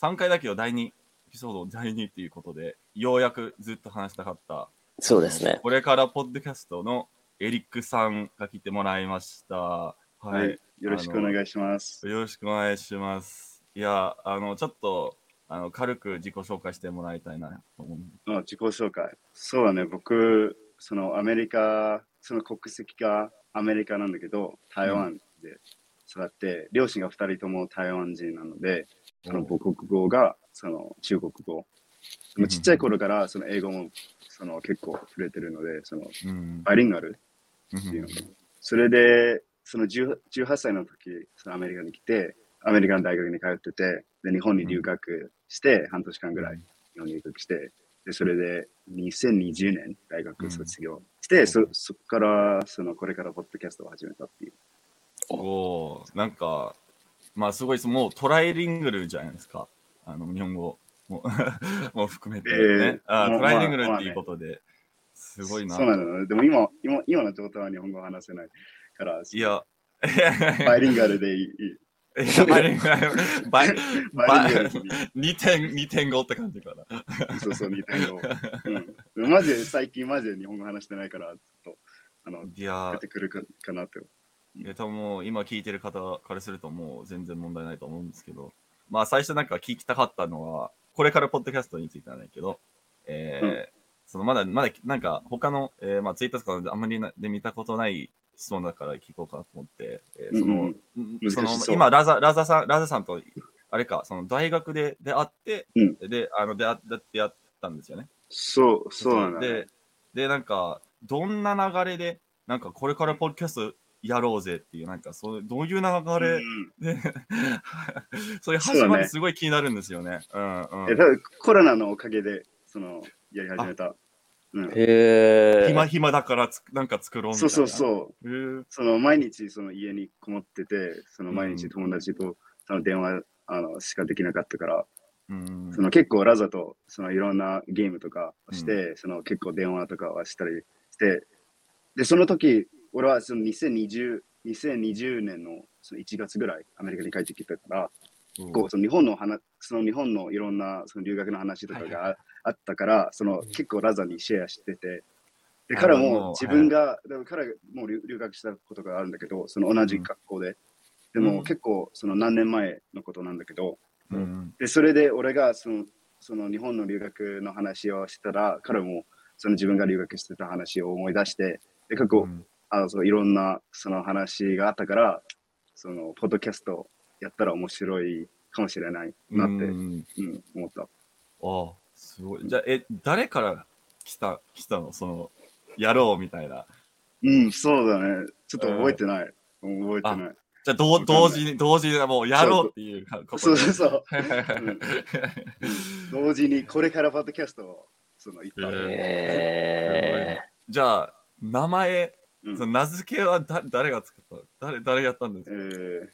3回だけど第2エピソード第2っていうことでようやくずっと話したかったそうですね。これからポッドキャストのエリックさんが来てもらいましたははいい、よろしくお願いします。よろしくお願いしますいやあのちょっとあの軽く自己紹介してもらいたいなと思うあ自己紹介。そうだね、僕、そのアメリカ、その国籍がアメリカなんだけど、台湾で育って、両親が2人とも台湾人なので、その母国語がその中国語。でもちっちゃい頃からその英語もその結構触れてるので、そのうんバイリンガルうっていうんのかなそれで、その10 18歳の時、そのアメリカに来て、アメリカの大学に通ってて、で、日本に留学して、半年間ぐらい日本に留学して、で、それで2020年大学卒業して、んそ、そこから、その、これからポッドキャストを始めたっていう。おーなんかまあすごいですもうトライリングルじゃないですかあの日本語も もう含めて、ねえーあーまあトライリングルっていうことで、すごいなそうなの。でも今、今、今の状態は日本語を話せないから、いやバイリンガル でいい。いいいやバイリンガルバイバイリンガルでいい。 2.5って感じかな。そうそう、似た よう。うん。マジで最近マジで日本語話してないから、ちょっと、あの、いや出てくるかかなって。ー、いや多分もう今聞いてる方からするともう全然問題ないと思うんですけど、まあ最初なんか聞きたかったのは、これからポッドキャストについてなんだけど、えーうんそのまだまだなんか他の、えーまあ、ツイッターとかであんまりなで見たことない質問だから聞こうかと思って、えーその、うんうんその難しそう今ラザラザさん、ラザさんとあれか、その大学で出会って、うんで、あの出会出会ったんですよね。そう、そうなんだ。で、で、なんか、どんな流れで、なんか、これからポッドキャストやろうぜっていう、なんか、そうどういうあ流れで、 そういう始まりすごい気になるんですよね。うんうえ、ん。多分コロナのおかげで、その、やり始めた。うん。へ暇え。暇だからつ、なんか作ろうみたいそな。うそうそう。うー。その、毎日、その家にこもってて、その、毎う日ん友達と、その、電話、あの、しかできなかったから、うんその、結構ラザと、その、いろんなゲームとかして、その、結構電話とかはしたりして、で、その時、俺はその2020、2020年のその1月ぐらい、アメリカに帰ってきたから、こうその日本の話その日本のいろんなその留学の話とかはいはがああったから、その結構ラザにシェアしてて、であ彼もうも自分が、でも彼も留留学したことがあるんだけど、その同じ学校で、んでうんも結構その何年前のことなんだけど、うんでそれで俺がそのその日本の留学の話をしたら、彼もその自分が留学してた話を思い出して、で結構、うんあのそういろんなその話があったからそのポッドキャストやったら面白いかもしれないなって、うんうん思ったああ、すごい。じゃあ、え、誰から来た、来たのその、やろうみたいな。うんそうだねちょっと覚えてない、うん覚えてないじゃあ、どうわかんない同時に、同時にもうやろうっていうことそうそうそうはいはいはいうん同時にこれからポッドキャストをその言った、へへえ。 じゃあ、名前、うんその名付けはだ誰が作ったの誰誰やったんですえか、ー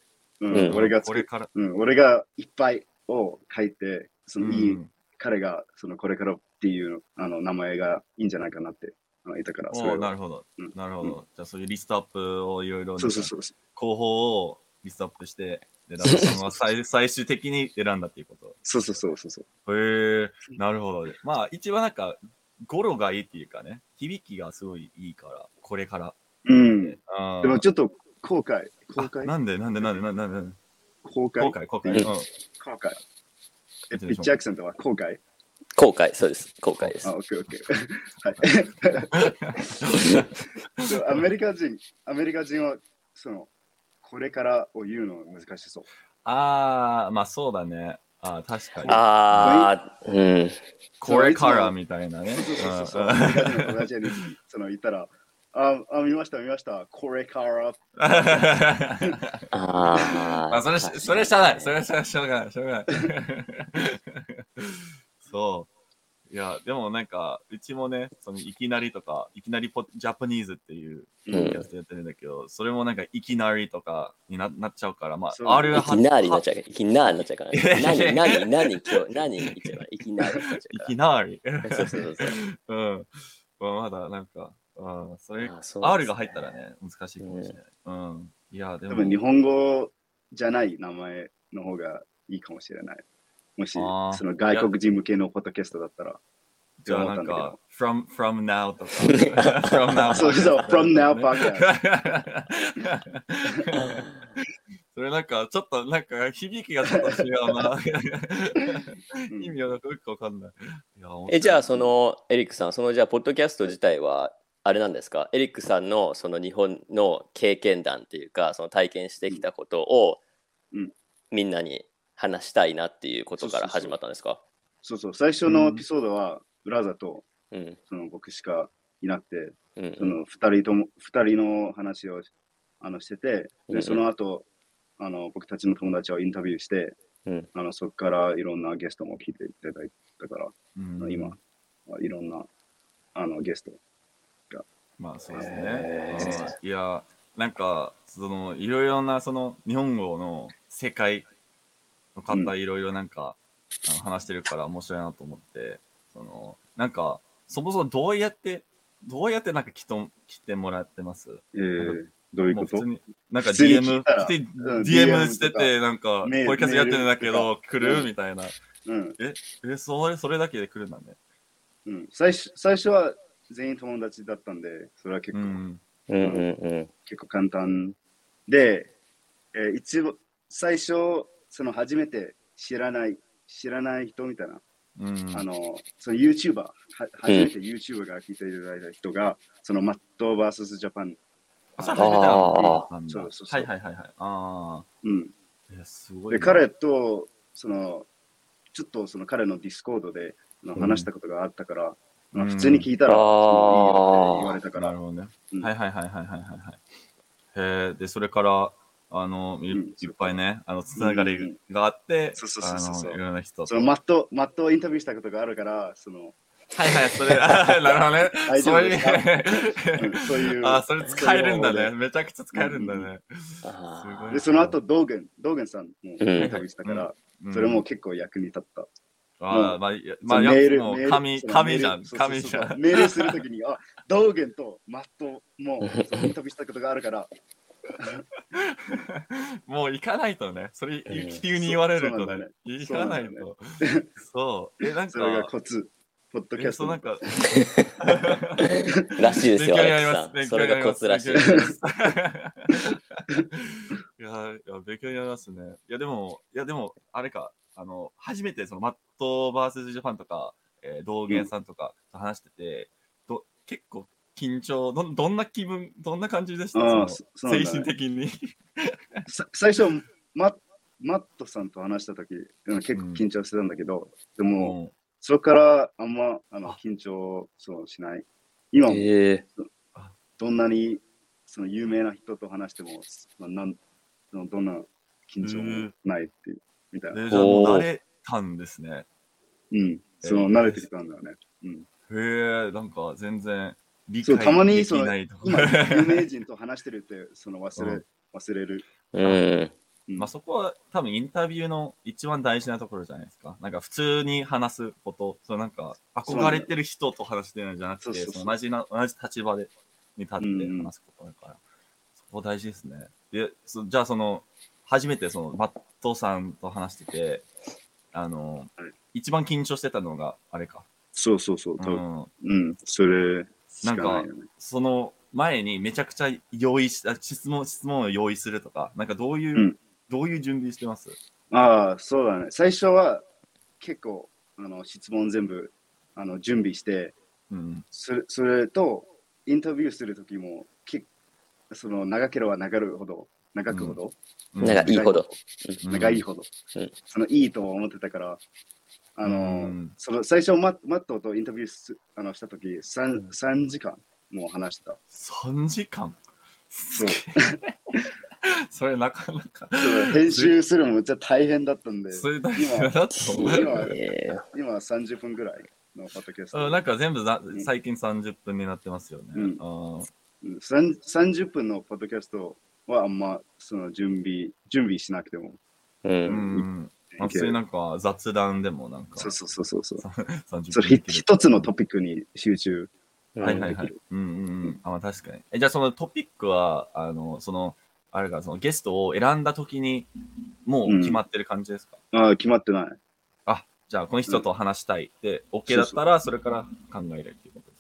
ううんん俺がこ作れっから。うん、俺がいっぱいを書いてそのいい、うん彼がそのこれからっていうあの名前がいいんじゃないかなってあの言ったからそおれうなはるほどうん。なるほど。じゃあ、そういうリストアップをいろいろ、そうそうそう候補をリストアップして、で、ラブさんは最最終的に選んだっていうこそうそうそうそうそうと。へえ、なるほど。まあ、一番なんか、語呂がいいっていうかね、響きがすごいいいから、これから。うんあーでもちょっと後悔、後あ悔、なんでなんでなんでなんでなんで後悔、後後悔悔、後悔。うんえピッチアクセントは後悔後悔、そうです。後悔ですあ、。オッケーオッ ケ ー。はい。そうアメリカ人、アメリカ人は、その、これからを言うの難しそう。ああ、まあそうだね。ああ、確かに。ああ、うん。これからみたいなね。そうそうそうそう。う んアメリカ人の友達にその言ったら、あ、あ見ました、見ました、これから。あああ。それ、確かにそれしゃあない。それしゃしょうがない。 しょうがない。そう。いや、でもなんか、うちもね、そのいきなりとか、いきなりポジャパニーズっていううんやつやってるんだけど、それもなんか、いきなりとかにななっちゃうから、まそうあ、あれいきなりになっちゃうから。いきなりになっちゃうからね。何、何、何、今日、何、いついきなりになっちいゃうきなり。から。そうそうそうそう。うん。まあ、まだなんか、うん、それ、あそうなん R ですねが入ったらね、難しいかもしれない。うん。いや、で多も、分日本語じゃない名前の方がいいかもしれない。もし、あーその外国人向けのポッドキャストだったら。じゃあなん思ったんか、from, from now とか。from now そうそう from now podcast。それなんか、ちょっとなんか、響きがちょっと違うな。うん意味がよくわかんない。いやえ、じゃあ、そ、の、エリックさん、その、じゃあ、ポッドキャスト自体は、あれなんですかエリックさんの、その、日本の経験談っていうか、その、体験してきたことをうん、みんなに話したいなっていうことから始まったんですかそうそう、最初のエピソードは、ブラザーとうん。その僕しかいなくて、うんその2人とも、二人の話をあのしてて、うんうで、んその後、あの僕たちの友達をインタビューして、うんあのそこからいろんなゲストも聞いていただいたから、うん今、いろんなあのゲスト。まあそうですえーね。うんいや、なんか、その、いろいろな、その、日本語の世界のうん方、いろいろなんか、あの話してるから面白いなと思って、その、なんか、そもそもどうやって、どうやってなんか来と来てもらってますえー、どういうもこう普と通に、なんか普通に DM、聞いたら普通にうん DM DM してて、なんか、こうメールいうキャスやってるんだけど、来うるんみたいな。うんえ、それ、それだけで来るんだね。うん、最初最初は全員友達だったんで、それは結う構,、ん。うんうん結構簡単で、えー一応最初、その初めて知らない、知らない人みたいな、うん。あのその YouTuber、は初めて YouTuber が聞いていただいた人が、そのマット VS ジャパン、あ、それ初めてなんだあなんだそうそうそはういはいはいはい。あうん、あ。え、すごいでな。彼とそのちょっとその彼のディスコードであのうん話したことがあったから、まあうん普通に聞いたら、あーそのいいよって言われたかならる、ほどねう。んはいはいはいはいはいはいはい。へえ、で、それから、あの、いうんいっぱいね、あの、つながりがあって、そうそうそうそうそうあのいろんな人と。そのマット、マットをインタビューしたことがあるから、その、はいはい、それ、あなるほどね。大丈そう夫いですかうんう。そうい う。あ、それ使えるんだそういね。う方めちゃくちゃ使えるんだね。あすごで、いその後、ドーゲン、ドーゲンさんもインタビューしたから、うんそれも。結構役に立った。あうーまあ、いやまあ、そのやメーっル、もメール神、その神じゃん。メールそうそう神じそうゃ。そうんメールするときに、あ、ドーゲンとマットもそのインタビューしたことがあるから、もう行かないとね。それ、ええ急に言われるそとうなんだねね。行かないと。そう。え、なんそれがか、コツ。ポッドキえャスそトうなのんか、 あ。 らしいです勉よ、強エになリりックまさすん。それがコツらしい勉で強になす。りますいやー、いや勉強になりますね。いや、でも、いや、でも、あれか、あの、初めて、その、マットバースジャパンとか、えー、道元さんとかと話してて、ど結構緊張どん、どんな気分、どんな感じでしたああそそのうなん精だ神的に。さ最初、ママットさんと話したとき、うん結構緊張してたんだけど、でも、うんそれからあんまあのあ緊張そうしない。今もええ。どんなにその有名な人と話しても、まあ、なんそのどんな緊張もないっていう、みたいな。でじゃあもうおー慣れたんですね。うん。その慣れてきたんだよね。へえ、なんか全然理そ解うたまにできないとか。 今、 有名人と話してるって、その忘れ、うん忘れる。うん。うんまあそこは多分インタビューの一番大事なところじゃないですか。なんか普通に話すこと、そのなんか憧れてる人と話してるんじゃなくそうて、そうそうその同じな同じ立場でに立ってうん話すことだから、そこ大事ですね。で、そじゃあその、初めてそのマットさんと話してて、あの、はい一番緊張してたのがあれか。そうそうそう。う多分ん、うん。それしかないよね。その前にめちゃくちゃ用意し、あ質問、質問を用意するとか、なんかどういう、うんどういう準備してますああ、そうだね。最初は結構あの質問全部あの準備して、うん。それそれとインタビューするときもけその長ければ長るほど長くほど、なんかいいほど。うん長いほど、うんそのいいと思ってたからあの、うんその最初ママットとインタビューすあのしたときう 3, ん三時間もう話してた3時間そう それなかなか。そう編集するのもめっちゃ大変だったんでそれ大事だと思う。今ええ今は30分ぐらいのポッドキャうストんなんか全部ざん最近30分になってますよね。うんあーうんさん30分のポッドキャストはあんまその準備準備しなくてもう。うんん。まあいけ普通にるなんか雑談でもなんかそうそうそうそうそう30分それひできる一つのトピックに集中。はいはいはい。うんうんうん。あ、まあ確かに。え、じゃあそのトピックは、あの、その、あれか、そのゲストを選んだときに、もう決まってる感じですか、ああ、決まってない。あ、じゃあこの人と話したいで、OK だったらそれから考えるっていうこと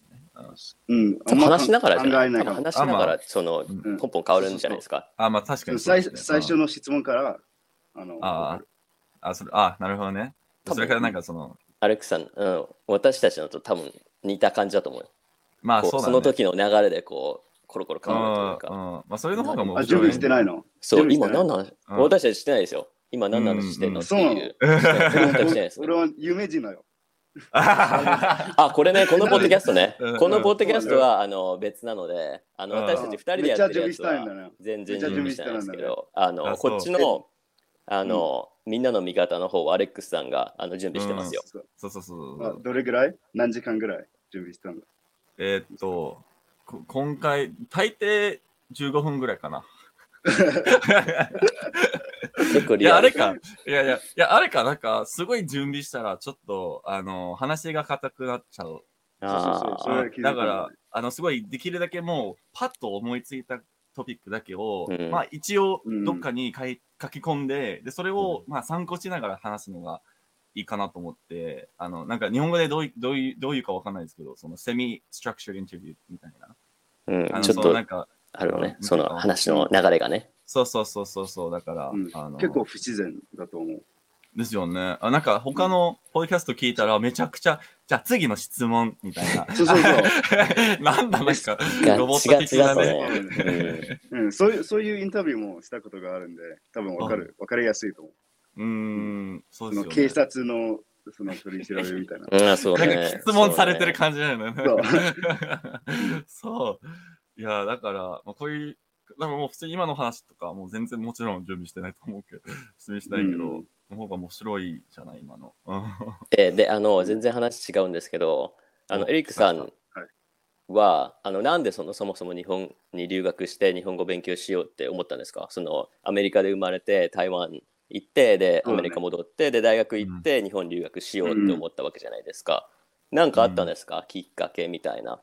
ですね。うんうん、あんま話しながらじゃ考なえいない多か分も。話しながら、その、んうんポンポン変わるんじゃないですか。あ、まあ確かにそうで最すね、最初うんの質問から、あの、ああ、あ、それ、あ、なるほどね。多分それからなんかその、アレックさん、うん、私たちのと多分似た感じだと思うよ。まあこうそうだそね。の時の流れでこう、コロコロう変わるといん、ううんか。まあそれの方がもうあ、面準白い備ね、してないのそ準う、備今してない何なん、うん私たちしてないですよ。今何なんしてんのうんっていう。全くしてないですね俺は有名人なのよ。あ、これね、このポッドキャストねうん。このポッドキャストはあの別なので、あのうん私たち2人でやってるやつめっちゃ準備したいんだはね全然準備してないんですけめっちど、ああのそうこっちのあのみんなの味方の方はアレックスさんがあの準備してますよ。そう そうそうそうそあう。どれぐらい何時間ぐらい準備したんだえーっと、こ今回、大抵15分ぐらいかな。結構い リや、アあルれか。いやいや、いや、あれか、なんか、すごい準備したら、ちょっと、あの、話が硬くなっちゃう。あそうそうそうーれは気づいただから、あの、すごい、できるだけもう、パッと思いついたトピックだけを、うんまあ、一応う、んどっかに書い書き込んで、で、それを、まあ、参考しながら話すのがいいかなと思って、あの、なんか、日本語でどういどういう、どういうかわかんないですけど、その、セミ・ストラクチャー・インタビューみたいな。うんあの、ちょっそのなとんか、あるのね、その話の流れがね。そうそうそうそうそう、だから、うんあの結構不自然だと思う。ですよね。あなんか他のポッドキャスト聞いたらめちゃくちゃ、じゃあ次の質問みたいな。そうそうそう。 なんだなんかガ、ロボッチトガチ的なだとね。ね。うん。うん、そういうそういうインタビューもしたことがあるんで、多分わかる、わかりやすいと思う。うーん、そうそでのすよ警ね。察のその取り調べみたい なうん、そうなんねか。質問されてる感じだよね。そう そう。いや、だから、まあ、こういう、だからもう普通に今の話とか、もう全然もちろん準備してないと思うけど、質問してないけど、うんの方が面白いじゃない、今の。うんえーであの全然話違うんですけどあのおエリックさはんはあのなんでそのそもそも日本に留学して日本語勉強しようって思ったんですかそのアメリカで生まれて台湾行ってでそアうだねメリカ戻ってで大学行って日本留学しようって思ったわけじゃないですか。なんかあったんですか、きっかけみたいな。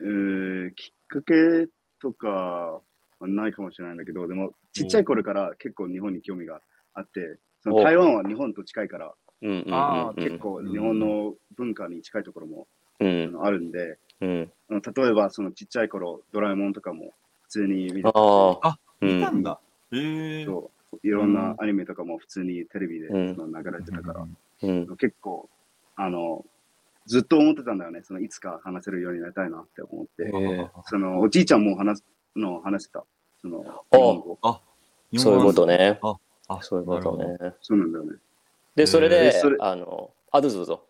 えーきっかけとかはないかもしれないんだけど、でもちっちゃい頃から結構日本に興味があって、その台湾は日本と近いから、うんうんうんうんあーう結ん構日本の文化に近いところもうあんのあるんで、うんあの例えばそのちっちゃい頃、ドラえもんとかも普通に見てあたーあう見たんんだ。へえ。そういろんなアニメとかも普通にテレビでそうんの流れてたから、うん結構、あの、ずっと思ってたんだよね。そのいつか話せるようになりたいなって思って。へーそのおじいちゃんも話すの話してた。そのあ日本語そういうことね。あそういうこと。ね。そうなんだよね。でそれででそれあのあどうぞどうぞ。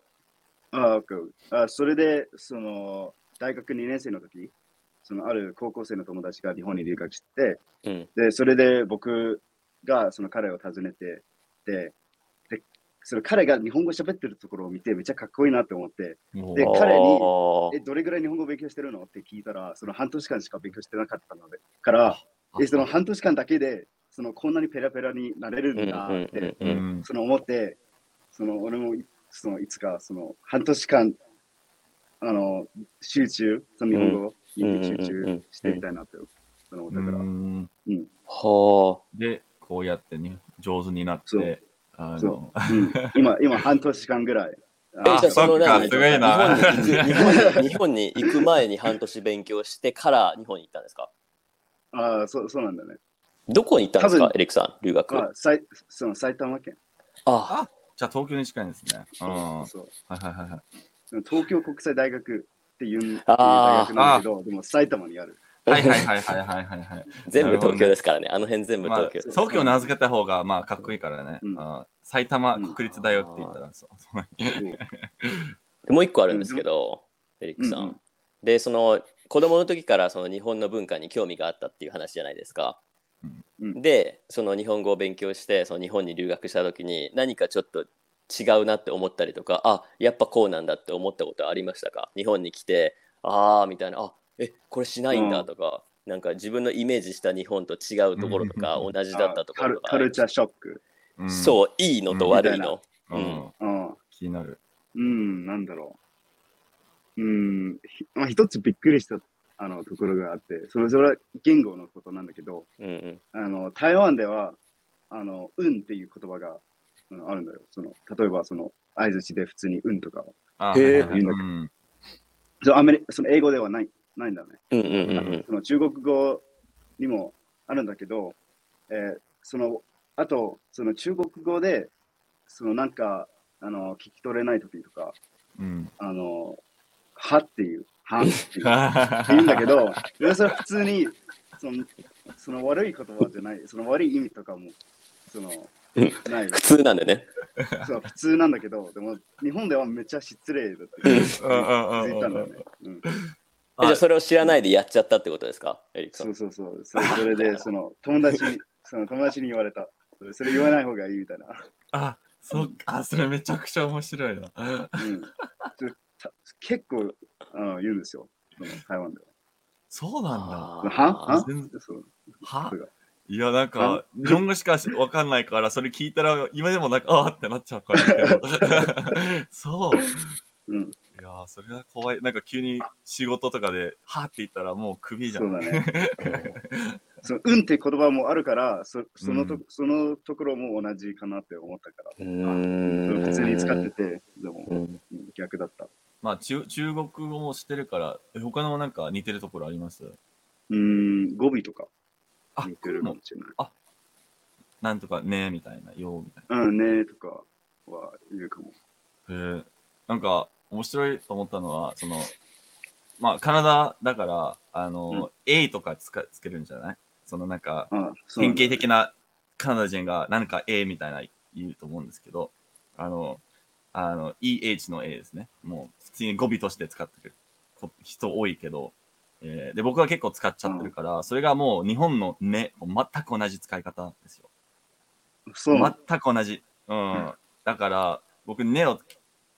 あ OK あそれで、その大学2年生の時、そのある高校生の友達が日本に留学して、うんで、それで僕がその彼を訪ねて、で、でその彼が日本語喋ってるところを見てめっちゃかっこいいなって思って、なるほどでもう彼にあーえ、どれぐらい日本語勉強してるのって聞いたら、その半年間しか勉強してなかったので、から、えその半年間だけで、そのこんなにペラペラになれるんだうんうんって、うんうんその思って、その俺もいそのいつかその半年間、あの集中、その日本語に集中してみたいなってその思ったから、うんはで、こうやってね、上手になっそうて、あその、うん今、今半年間ぐらい。あ。えじゃあそっかの何すごいな日本に行く日本に行く前に半年勉強してから日本に行ったんですかああ、そうそうなんだね。どこに行ったんです多か分エリックさん、留学。まあ、さいその埼玉県。あ じゃあ東京に近いんですね。うん。はそういはいはいはい。東京国際大学っていうっていう大あー学なんだけど、でも埼玉にある。はいはいはいはいはいはいはい。全部東京ですからね。あの辺全部まあ、東京です。東京名付けた方が、まあ、かっこいいからね。うんあ埼玉国立大学って言ったら、そう。もう一個あるんですけど、エリックさうんん。で、その子供の時からその日本の文化に興味があったっていう話じゃないですか。うんで、その日本語を勉強して、その日本に留学した時に何かちょっと違うなって思ったりとか、あ、やっぱこうなんだって思ったことはありましたか日本に来て、あーみたいな、あ、え、これしないんだとか、なんか自分のイメージした日本と違うところとか、同じだったとこカろルとかカありルましチャーショック。うん、た。そう、いいのと悪いの。ううんん。うん、気になる。うん、なんだろう。うん、ひまあ、一つびっくりしたあのところがあって、それそれは言語のことなんだけど、うんうんあの台湾では、あの、うんっていう言葉がうんあるんだよ。その例えば、その、相槌で普通に、うんとかは。あへえはいはいはいうんそうアメリその英語ではない、ないんだね。うんうんうんうんその中国語にもあるんだけど、えーそのあとその中国語でそのなんかあの聞き取れない時とかうん。あのはっていうはっていういって言うんだけど、いやそれは普通にそのその悪い言葉じゃない、その悪い意味とかもそのうんない、普通なんでね。そう普通なんだけど、でも日本ではめっちゃ失礼だっていう 気づいたんだよね。うんえじゃあそれを知らないでやっちゃったってことですか、エリックさそん。うそうそう。それそ れで、その友達に、その友達に言われた。それそれ言わない方がいいみたいな。あ、そっか、あそれめちゃくちゃ面白いな。 うん、それた結構あの言うんですよ。その台湾でそうなんだ。あは。ーは全はそうはそれがいや、なんか、日本語しかわかんないから、それ聞いたら、今でもなんか、あーってなっちゃうから。そう。うん、いやー、それは怖い。なんか急に仕事とかで、はーって言ったら、もうクビじゃ。そうんだね。 そのうんって言葉もあるから、そそのと、うんそのところも同じかなって思ったから。うそれーん普通に使ってて、でも、うんうん逆だった。まあ、中中国語もしてるから、え他のなんか似てるところありますうん、語尾とかあ、似てるかもしれない。なんとかね、みたいな、よう、みたいうん、ねとかは言うかも。な。へえ。なんか、面白いと思ったのは、その、まあ、カナダだから、あの、A とかつかつけるんじゃないそのなんか、あそう典なんだ型的なカナダ人が何か A みたいな言うと思うんですけど、あの、あの、EH の A ですね。もう普通に語尾として使ってるこ人多いけど、えーで、僕は結構使っちゃってるから、それがもう日本のね、もう全く同じ使い方ですよ。そうなんだ全く同じ。うん。うんだから、僕、ねを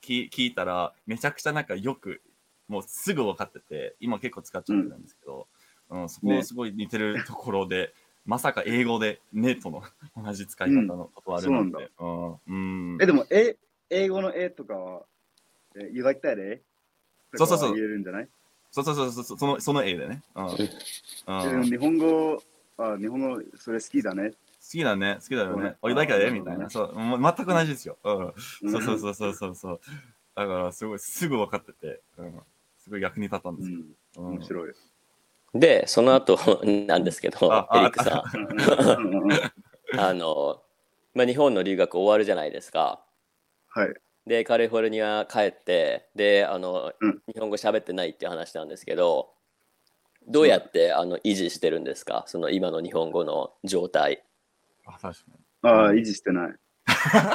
き聞いたら、めちゃくちゃなんかよく、もうすぐ分かってて、今結構使っちゃってたんですけど、うん、そこねすごい似てるところで、 まさか英語でねとの 同じ使い方のことあるなんて。うん。うんえ、でも、え、英語のえとかは、え、You like that, えそうそうそう言えるんじゃないそうそうそうそう、その、その A でね。うん。うん、んえでも好日本語、あ、日本語、それ好きだね。きだね、好きだよそうねね。おいだけだよ、みたいなな。るそう、もう全く同じですよ。うん。そうそううそうそうそうそう。だから、すごい、すぐ分かってて、うん。すごい役に立ったんでん。うすよ。ん、うん面白い。で、その後 なんですけど、あエあリックさうんうんうんうんん、あの、まあ、日本の留学終わるじゃないですか。はい。で、カリフォルニア帰って、で、あの、うん日本語喋ってないっていう話なんですけど、どうやってあの維持してるんですかその今の日本語の状態。 あ、確かああ、維持してない。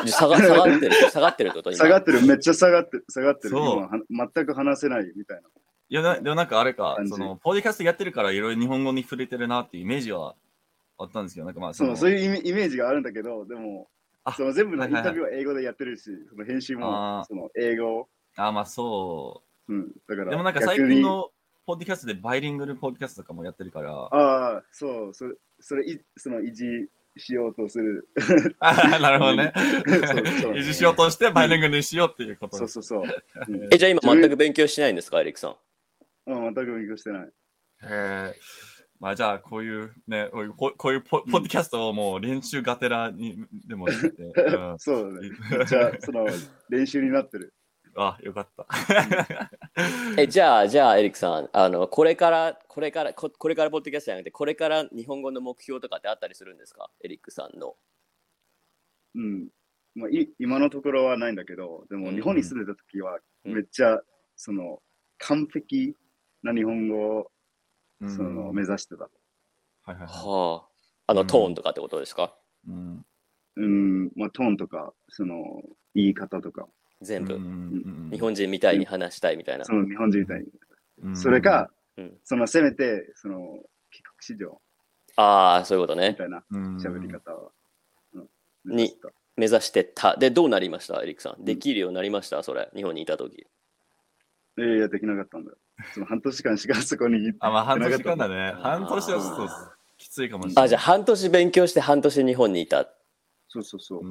下が下がってる、下がってるってこと今下がってる、めっちゃ下がってる、下がってる。そう今は全く話せないみたいな。いや、なでもなんかあれか感、じその、ポッドキャストやってるから、いろいろ日本語に触れてるなっていうイメージはあったんですけど、なんかまあ、そう、のそういうイメイメージがあるんだけど、でもあ、その全部のはイいンはいはいタビューは英語でやってるし、その編集あもーその英語。あ、まあそうん、だかう。ら、でもなんか最逆に近のポッドキャストでバイリングルポッドキャストとかもやってるから、ああ、そう、それ、それい、その維持しようとする。あなるほどね。そうそう維持しようとしてバイリングルにしようっていうことそでうす。そうそう。うんえ、じゃあ今全く勉強しないんですかエリックさん。うん、全く勉強してない。へえ。まあじゃあ、こういうね、こういうここういうポポッドキャストをもう練習がてらにでもしてて。うんそうだね。じゃあ、その、練習になってる。あ、よかった。 え、じゃあ、じゃあエリックさん、あの、これから、これから、ここれからポッドキャストじゃなくて、これから日本語の目標とかってあったりするんですかエリックさんの。うん。まあ、い今のところはないんだけど、でうもん日本に住んでた時は、うんめっちゃ、その、完璧な日本語を、うんその、目指してた。はいはいはい。はあ。あの、トーンとかってことですか、うんうん、まあ、トーンとか、その、言い方とか、全部、うんうんうん日本人みたいに話したいみたいな。その日本人みたいに。うんそれか、うんその、せめて、その、帰国子女ああ、そういうことねみ。たいなうん喋り方は。うんに目指した目指してた。で、どうなりましたエリックさん。できるようになりましたそれ。日本にいたとき。いやいや、できなかったんだよ。その半年間しかそこに行ってあ、まあ半年間だね。ね。あー半年はちょっときついかもしれない。あ、じゃあ半年勉強して半年日本にいた。そうそうそうう。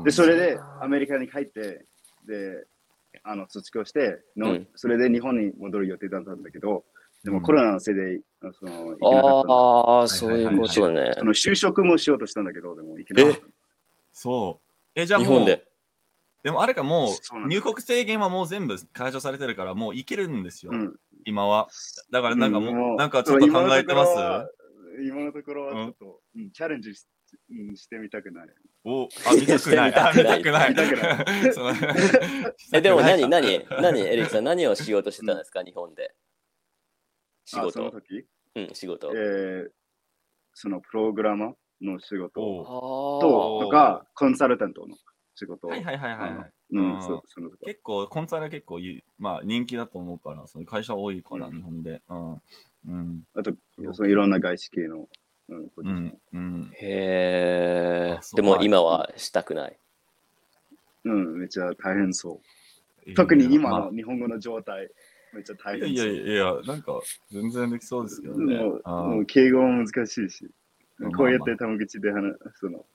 んで、それでアメリカに帰って、で、あの、卒業しての、うんそれで日本に戻る予定だったんだけど、でうもんコロナのせいで、あのその、行けなかったんだああ、そういうことねそ。の就職もしようとしたんだけど、でも行けなかった。そえ、じゃあ日もう、本で。でもあれか、もそうなんうです入国制限はもう全部解消されてるから、もう行けるんですよ、うん。今は。だからなんかもう、もうなんかちょっと考えてます。今のところは、今のところはちょっと、うんチャレンジし,、うん、してみたくない。お、あ、見たくない。あ見たくない。見たくない そのえ、でも見何、たくない何、何、エリックさん、何をしようとしてたんですか、日本で。仕あその事。時、うん、仕事。あえー、そのプログラマーの仕事おーととか、コンサルタントの仕事を。はいはいはいはい。うん、うんそそのとこ結構、コンサルは結構いい、まあ、人気だと思うから、その会社多いから、うん日本で。うん。うん。あと、そのいろんな外資系の、うん、ポうジションん。うん。へあそえ。うでも今はしたくない。うん、めっちゃ大変そう。特に今まあの日本語の状態、めっちゃ大いやい変やそう。いや、なんか、全然できそうですけどね。もうあもう敬語も難しいし、うんこうやってタメ口で話その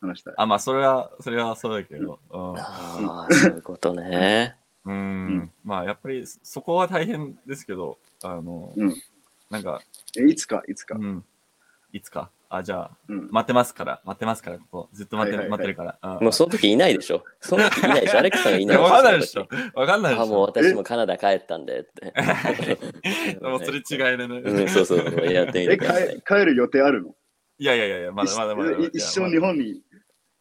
話したい。あ、まあ、それは、それはそうだけど。うんああ、そういうことね。ううんん。まあ、やっぱり、そこは大変ですけど、あのうん、なんか、えいつか、いつかう。ん。いつか。あ、じゃあ、うん待ってますから、待ってますから、ここずっと待ってはいはいはい待ってるから。うんもうその時いないでしょ。その時いないでしょ。アレックさんが いいないや、しょわかんないでしょ。わかんないでしあ、もうょ。私もカナダ帰ったんでって。もうそれ違い でね。うん、そうそうそう、やってみえて帰ください。帰る予定あるのいやいやいやいや、まだまだまだ。い一生日本に。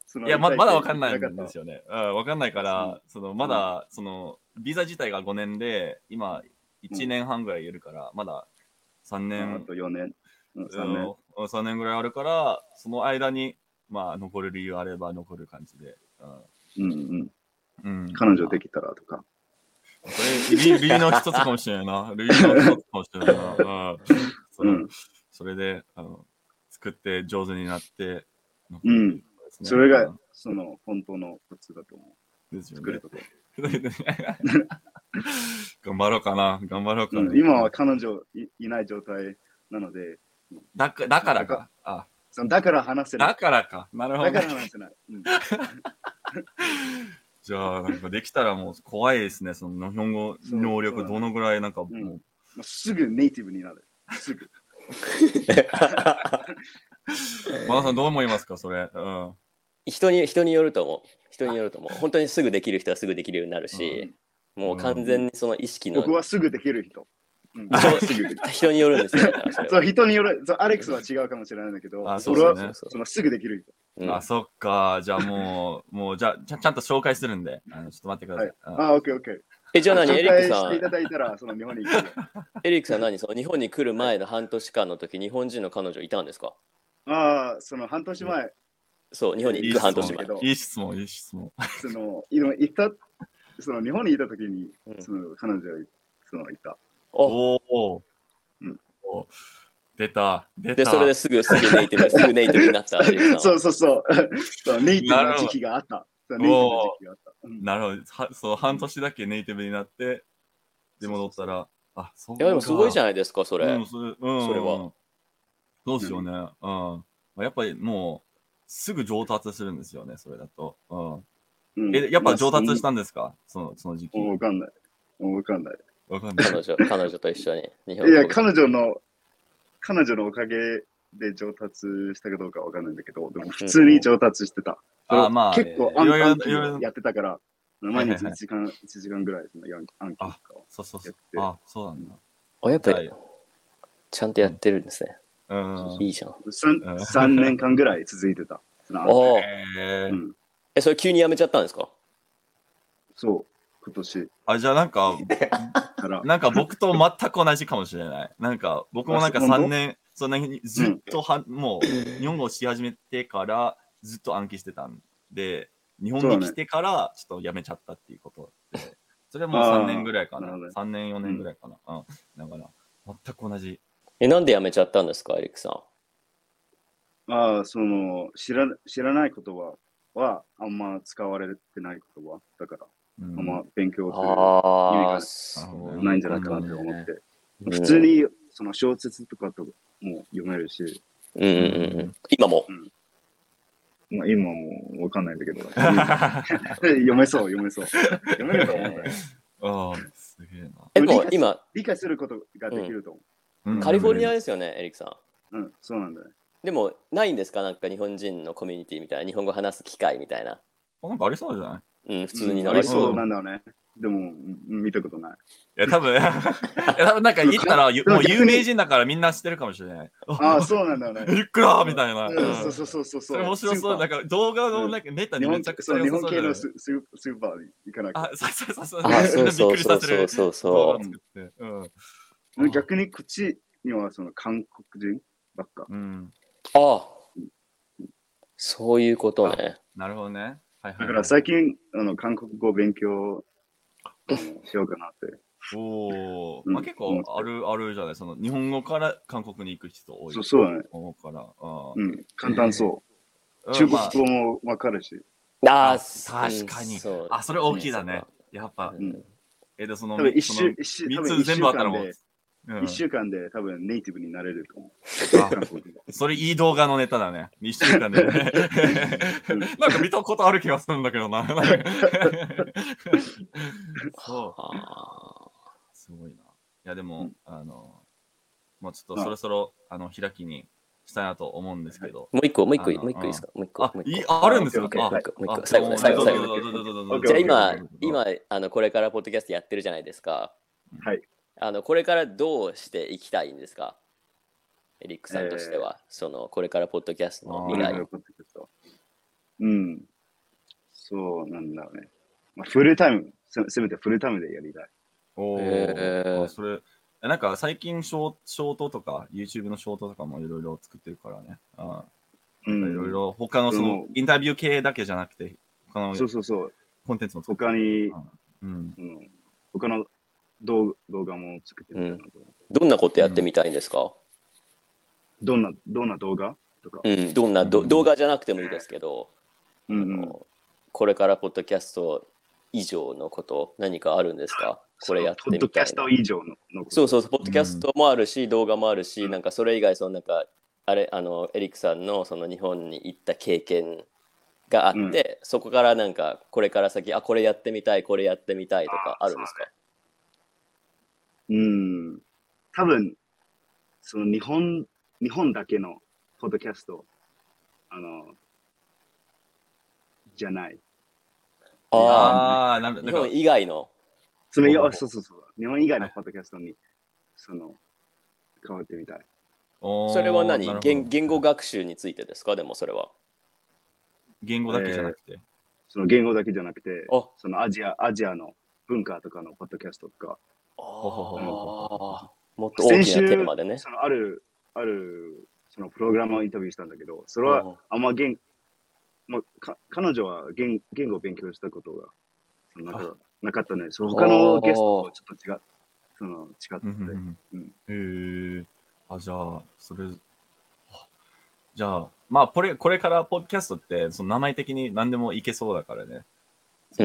そのいや、ま行きまただいわかんないんかっですよね。うん、わかんないから、そのまだ、その、ビザ自体が5年で、今、1年半ぐらいいるから、まだ3た年あと4年。うんう3ん年。うん3年ぐらいあるから、その間に、まあ、残る理由あれば残る感じで。うんうん。うん。うん、彼女できたらとか。これ、理理由の一つかもしれない な。理由の一つかもしれないな。うん。そうのん。それで、あの、作って上手になって、うんですねそれうがん、その、本当のコツだと思ですよう。作るねとこ。 頑張ろうかな、頑張ろうかな。うん今は彼女いいない状態なので、だかだからか。あ、そのだから話せなだい。からか。なるほだどか。ら話せない。うんじゃあ、なんかできたらもう怖いですね。その日本語能力どのぐらいなんかもそうう、もうすぐネイティブになる。すぐ。マナさんどう思いますか、それ。うん。 人に人によると思う人によると思う本当にすぐできる人はすぐできるようになるし、もう完全にその意識の、僕はすぐできる人。うんあそうすぐ人によるんです よだからそれはそう人によるそう、アレックスは違うかもしれないんだけど、あそそうれではすねそうそのすぐできるう人。んあ、そっか。じゃあもう、もう、じゃあちゃ、ちゃんと紹介するんで、あのちょっと待ってくだはさいい。。うんあ、オッケーオッケー。えじゃあ何エ紹リック介さしていたんだいたら、その日本に行くよ。エリックさん何その日本に来る前の半年間の時日本人の彼女いたんですかああ、その半年前、そう日本に行く半年前いい質問いい質問、いい質問。その、いろいた、その日本にいた時にう、んその彼女がいそのいた。おおおうん。お出た。出でた。それですぐすぐネイティブすぐネイティブになったエリックさん そはうそうそう。 そうネイティブの時期があった。そうネイティブの時期があった。うんなるほど。はそう、半年だけネイティブになって、で、戻ったら、あ、そういやでもすごいじゃん、ゃないですかそれ、うん、それ、うん、それは。そうですよね。うん。まあやっぱりもう、すぐ上達するんですよね、それだと。ううんん。え、やっぱ上達しまたあんですかその、その時期そ。んわかんない。わかんない。わかんない。彼女彼女と一緒に日本いや、彼女の、彼女のおかげで上達したかどうかわかんないんだけど、でも普通に上達してた。あーまあ、結構い暗ろいろ暗いろいろ記やってたから、い毎はい日1時間、一時間ぐらいその暗暗記とかをそうそうそうやっ。てあ、そうなんだ。あやっぱはいりちゃんとやってるんですね、うん。いいじゃんう3。ん3年間ぐらい続いてた。そのおおえーうんえ、それ急にやめちゃったんですかそう、今年あ、じゃあなんか、か ら。なんか僕と全く同じかもしれない。なんか僕もなんかあそう3年、そんなにずっとは、もう日本語をし始めてからずっと暗記してたんで、日本に来てからちょっとやめちゃったっていうことで、それはもうあー3年ぐらいかなな。るほど3年、4年ぐらいかな。うん。だから、全く同じ。え、なんで辞めちゃったんですか、エリックさん。ああ、その知ら、知らない言葉はあんま使われてない言葉だかうら、んあんま勉強するあ意あ、味意が味ないんじゃないかなって思って。うん普通にその小説とかとも読めるし、うんうんうんうん。今も。まあ、今はもうわかんないんだけど、 読めそう、読めそう。読めると思うんだよ。あーすげえな。え、でも今、理解することができると思うんカリフォルニアですよね、エリックさん。う。うん、そうなんだよ。でも、ないんですかなんか日本人のコミュニティみたいな、日本語話す機会みたいな。なんかありそうじゃないうん、普通にあ習りいそそうう。なんだよね。でも、うん見たことない。いや、多分 いや多分なんか言ったら、ゆでももう逆有に名人だからみんな知ってるかもしれない。ああ、そうなんだよね。 ゆっくらみたいな。うんそううんそうそうそう。それ面白そう。なんか動画のなんかネタ日にめ本ちゃくちそゃう良日さ本そう系だよのねススースーパーに行かなくあ、そうそうそうそう。あ、みんそうなびっそくうりそさうせそるう。そう動そ画作って。うて。ん。逆にこっちにはその韓国人ばっか。うん。う。ああ、そういうことね。なるほどね。はいはい、だから最近、あの韓国語を勉強あのしようかなって。おお、うんまあ、結構あるあるじゃない、その日本語から韓国に行く人多いそうそうだね。と思うから。あうん、簡単そーう。中うんまあ国語もわかるし。ああ、確かにそうあ、それ大きいだね。やっぱう、うんんえでその多分一その週、一週、多分3つ一週全部あったら間もうで、、うん一週間で多分ネイティブになれると思う。あ韓国語それいい動画のネタだね。一週間で、 ねうん。なんか見たことある気がするんだけどな。なんか そう。あすごいな。いや、でも、うんあの、もうちょっとそろそろ、あの、開きにしたいなと思うんですけど。ーもう一個、もう一個、あのもう一個いいですかもう一個。あもう、い一い個あるんですよ。もう一個あもう一個もう一あ個最後ね、最ど後、最う後ぞね。どうぞどうぞどうぞオッケじーゃあ今どうぞ、どうぞ今、あのこれからポッドキャストやってるじゃないですか。はい。あのこれからどうしていきたいんですかエリックさんとしては、そのこれからポッドキャストの未未来来俺が。怒ってくるとうん。そうなんだよね。まあ、フルタイム、せせめてフルタイムでやりたい。おお、えーあそれ、えなんか最近ショー、ショートとか、YouTube のショートとかもいろいろ作ってるからね。あういんろいろ、他のそのうんインタビュー系だけじゃなくて、他のそうそうそう。コンテンツも作って他に、うん。うん、他の動動画も作ってみたいなと、どんなことやってみたいんですか、どんな、どんな動画とかう。んどんなどうん動画じゃなくてもいいですけど、うんうんあのこれからポッドキャスト以上のこと何かあるんですかこれやってポッみドキたいャなスト以上ののことそうそうそうポッドキャストもあるし、動画もあるし、なんかそれ以外そのなんかあれあのエリックさんのその日本に行った経験があって、うんそこからなんかこれから先あこれやってみたいこれやってみたいとかあるんですかうん。多分、その日本、日本だけのポッドキャスト、あの、じゃない。あああ、なんだ、あ日なんか本、以外のそのいやほうほうほうそうそうそう。日本以外のポッドキャストに、その、変わってみたい。おーそれはなる何ほど言言語学習についてですかでもそれは言語だけじゃなくて。その言語だけじゃなくてあ、そのアジア、アジアの文化とかのポッドキャストとか、あほあもっと大きなテーマでねそのある、ある、そのプログラマーをインタビューしたんだけど、それはあんま言、まあ、か彼女は言言語を勉強したことがそのなかなかったね。その他のゲストとちょっと違う、その違ってうんうんうんへえ。あ、じゃあ、それ、あじゃあ、まあ、これ、これからポッドキャストって、その名前的に何でもいけそうだからね。うん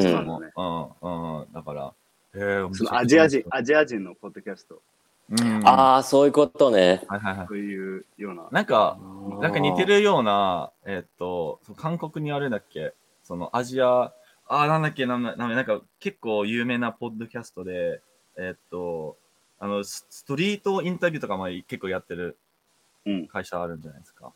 そもうん、うん、だから、へえ、面白いそのアジア人、アジア人のポッドキャスト、うん、はああそういうことねいはいはい。というような。なんか、ななんか似てるような、えっと、その韓国にあれだっけ、そのアジア、あー、なんだっけ、なんだ、なんだなんか結構有名なポッドキャストで、えっと、あの、スストリートインタビューとかも結構やってるうん会社あるんじゃないですか。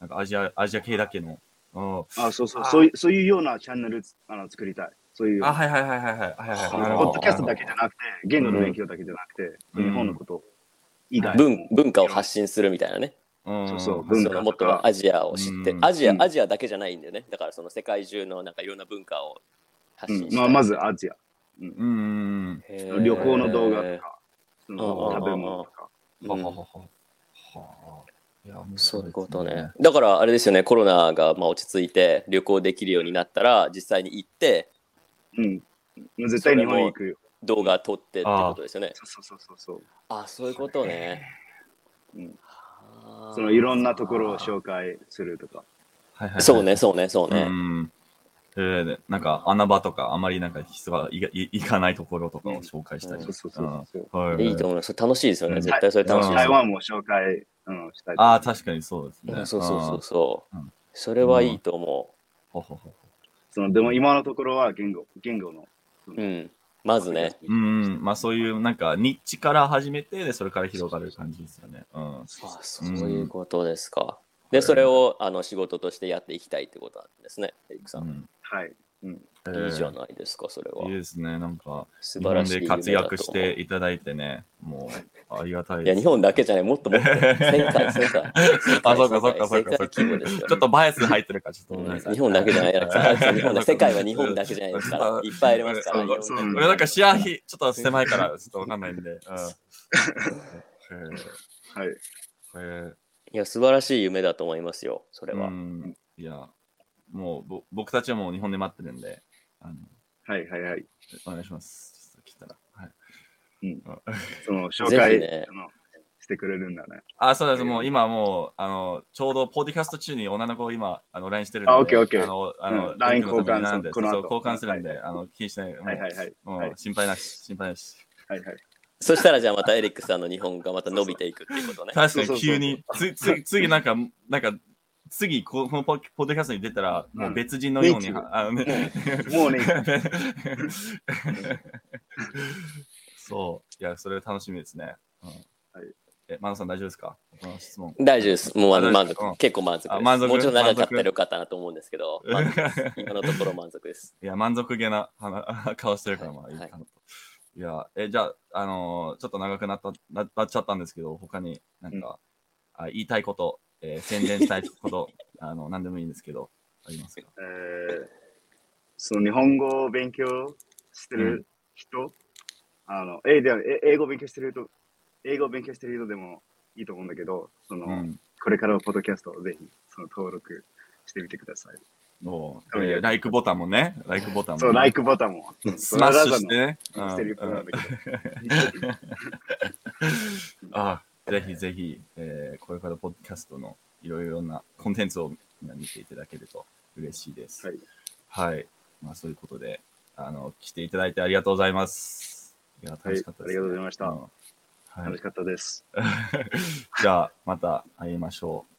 なんかアジア、アジア系だけの。うんあそうそうあそういう、そういうようなチャンネルあの作りたい。そういう、あ、はいはいはいはいはい。はいはいはポいなるほどッドキャストだけじゃなくて、言語の勉強だけじゃなくて、うん日本のこと以外も文文化を発信するみたいなねうんそうそうそ文化のもっとアジアを知って、うんアジア、うんアジアだけじゃないんだよね。だからその世界中のなんかいろんな文化を発信しうんて、まあ、まずアジア。うんうんへー旅行の動画とか、そあのー食べ物とか。う。うんんはははは。はあ。いや、面そ白うですいうことね。。だからあれですよね、コロナがまあ落ち着いて旅行できるようになったら、実際に行ってうん。絶対日本行くよ。動画撮ってってことですよね。そうそうそうそう。あそういうことね。うんあーそのいろんなところを紹介するとか。はいはいはい。そうね、そうね、そうね。うん。えー、なんか穴場とか、あまりなんか人がいい行かないところとかを紹介したり。そうそうそうそう。うんはいいいと思います。それ楽しいですようね。ん絶対それ楽しいです台よ。湾も紹介、うん、したい。ああ、確かにそうですうね。んそうそうそうそううん。それはいいと思うん。ほほほそのでも今のところは言語、言語の。う。うん。まずね。うんうん、まあそういうなんかニッチから始めて、で、それから広がる感じですよね。うん。あそそううんいうことですか。はいで、それをあの仕事としてやっていきたいってことなんですね、エリックさ。うんんはい。えいいじゃーないですか、それはいい。ですね、なんか、素日晴本らしいで夢だと思う。活躍していただいてね、もう、ありがたいいや、です。日本だけじゃない、もっともっ と。世界、世界。あ、そうか、そうか、そうか、そう世界か。ち規模ですよょっとバイアス入ってるから、ちょっとごめんなさい。日本だけじゃ ないやつあいつは日本だ世界は日本だけじゃないですからう、んいっぱいありますから。そうそいろう俺いろなんか視野ひちょっと狭い から、ちょっとわかんないんで。うんへはい。えへえいや、素晴らしい夢だと思いますよ、それうは。んいや、もうぼ僕たちはもう日本で待ってるんで、あのはいはいはい。お願いします。ちょっと来たら。はい、その紹ぜ介、ひねそのしてくれるんだね。あ、そうです。もう今もう、あの、ちょうどポッドキャスト中に女の子を今、あの、LINE してるんで。あオッケーオッケーあの、あの、うん LINE 天気のためになんで交換するこのそう後交換するんはで、あの、気にしない。もうはいはいはい。もはいう心配なし、心配なし。はいはい。そしたら、じゃあまたエリックさんの日本がまた伸びていくっていうことね。確かそうそうそうに急に、つ つ次なんか、なんか、次こ、このポッポッドキャストに出たら、もう別人のように、うんあ のね、もうね、そう、いや、それ楽しみですね。うんはいえ、マナさん大丈夫ですかこの質問。大丈夫です。もうあのあ満大丈夫う足。ん結構満足であす。満足もうちょっと長かったらよかったなと思うんですけど、 満足です今のところ満足です。いや、満足げな話顔してるから、まあいいかはないと。いや、え、じゃあ、あのーちょっと長くなったななっちゃったんですけど、他になんか、あ言いたいこと、えー宣伝したいこと、 あの、何でもいいんですけど、ありますかえーその日本語を勉強してる人、あの、え、でも、え英語を勉強してる人、英語を勉強してる人でもいいと思うんだけど、その、うん。これからのポッドキャストをぜひ、その登録してみてください。もう、えーライクボタンもね、ライクボタンも、ね。そう、ライクボタンも。スマッシュしてね。ね。うんセリフなんだけど。ああぜひぜひ、えーこれからポッドキャストのいろいろなコンテンツをみんな見ていただけると嬉しいです。はい。はい。まあ、そういうことで、あの、来ていただいてありがとうございます。いや、楽しかったです、はいありがとうございましたんはい楽しかったです。じゃあ、また会いましょう。